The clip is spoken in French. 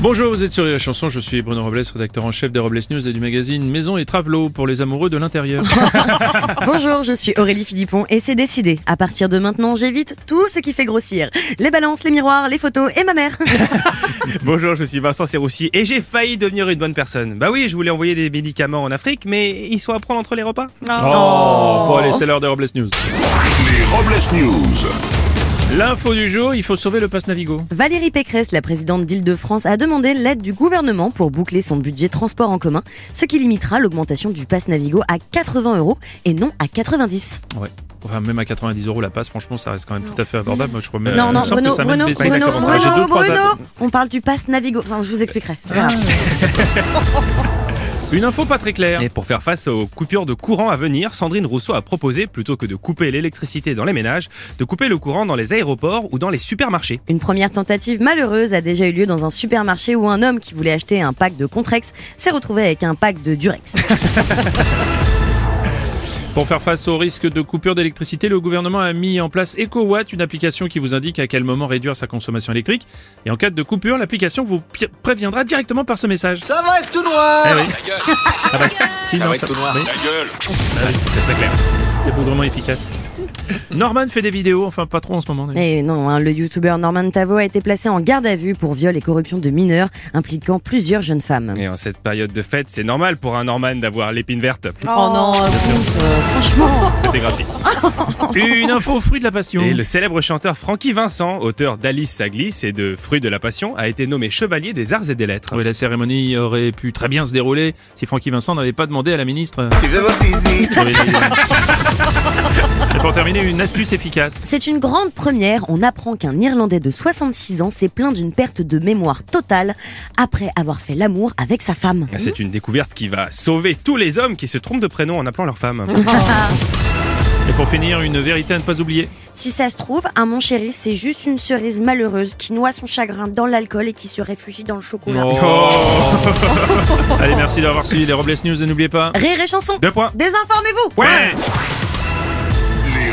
Bonjour, vous êtes sur la chanson, je suis Bruno Robles, rédacteur en chef des Robles News et du magazine Maison et Travelot pour les amoureux de l'intérieur. Bonjour, je suis Aurélie Philippon et c'est décidé. À partir de maintenant, j'évite tout ce qui fait grossir. Les balances, les miroirs, les photos et ma mère. Bonjour, je suis Vincent Serroussi et j'ai failli devenir une bonne personne. Bah oui, je voulais envoyer des médicaments en Afrique, mais ils sont à prendre entre les repas. Ah Oh, bon allez, c'est l'heure des Robles News. Les Robles News. L'info du jour, il faut sauver le passe Navigo. Valérie Pécresse, la présidente d'Île-de-France, a demandé l'aide du gouvernement pour boucler son budget transport en commun, ce qui limitera l'augmentation du pass Navigo à 80 euros et non à 90. Ouais. Enfin, même à 90 euros la passe, franchement, ça reste quand même tout à fait abordable. Moi, je crois même. non, non, il me semble que Bruno, Euh, ça même, Bruno, Bruno, c'est- c'est Bruno, exactement ça. J'ai deux, Bruno, trois Ah. dates. on parle du pass Navigo. Enfin, je vous expliquerai. c'est pas grave. Une info pas très claire. Et pour faire face aux coupures de courant à venir, Sandrine Rousseau a proposé, plutôt que de couper l'électricité dans les ménages, de couper le courant dans les aéroports ou dans les supermarchés. Une première tentative malheureuse a déjà eu lieu dans un supermarché où un homme qui voulait acheter un pack de Contrex s'est retrouvé avec un pack de Durex. Pour faire face au risque de coupure d'électricité, le gouvernement a mis en place EcoWatt, une application qui vous indique à quel moment réduire sa consommation électrique. Et en cas de coupure, l'application vous pi- préviendra directement par ce message. Ça va être tout noir Ah oui. Ah bah, sinon, ça- Ah oui. C'est très clair. C'est vraiment efficace. Norman fait des vidéos, enfin pas trop en ce moment. d'ailleurs. Et non, hein, le youtubeur Norman Tavo a été placé en garde à vue pour viol et corruption de mineurs impliquant plusieurs jeunes femmes. Et en cette période de fête, c'est normal pour un Norman d'avoir l'épine verte. Oh, non, écoute, euh, franchement, C'était graphique. Une info fruit de la passion. Et le célèbre chanteur Francky Vincent, auteur d'Alice ça glisse et de Fruits de la passion, a été nommé chevalier des arts et des lettres. Oui, la cérémonie aurait pu très bien se dérouler si Francky Vincent n'avait pas demandé à la ministre. Tu veux mon zizi Oui, oui, oui. Et pour terminer, une astuce efficace. c'est une grande première. On apprend qu'un Irlandais de 66 ans s'est plaint d'une perte de mémoire totale après avoir fait l'amour avec sa femme. C'est une découverte qui va sauver tous les hommes qui se trompent de prénom en appelant leur femme. Et pour finir, une vérité à ne pas oublier. Si ça se trouve, un mon chéri, c'est juste une cerise malheureuse qui noie son chagrin dans l'alcool et qui se réfugie dans le chocolat. Oh. Allez, merci d'avoir suivi les Robles News et n'oubliez pas. Rire et chanson, Deux points. désinformez-vous Ouais. Les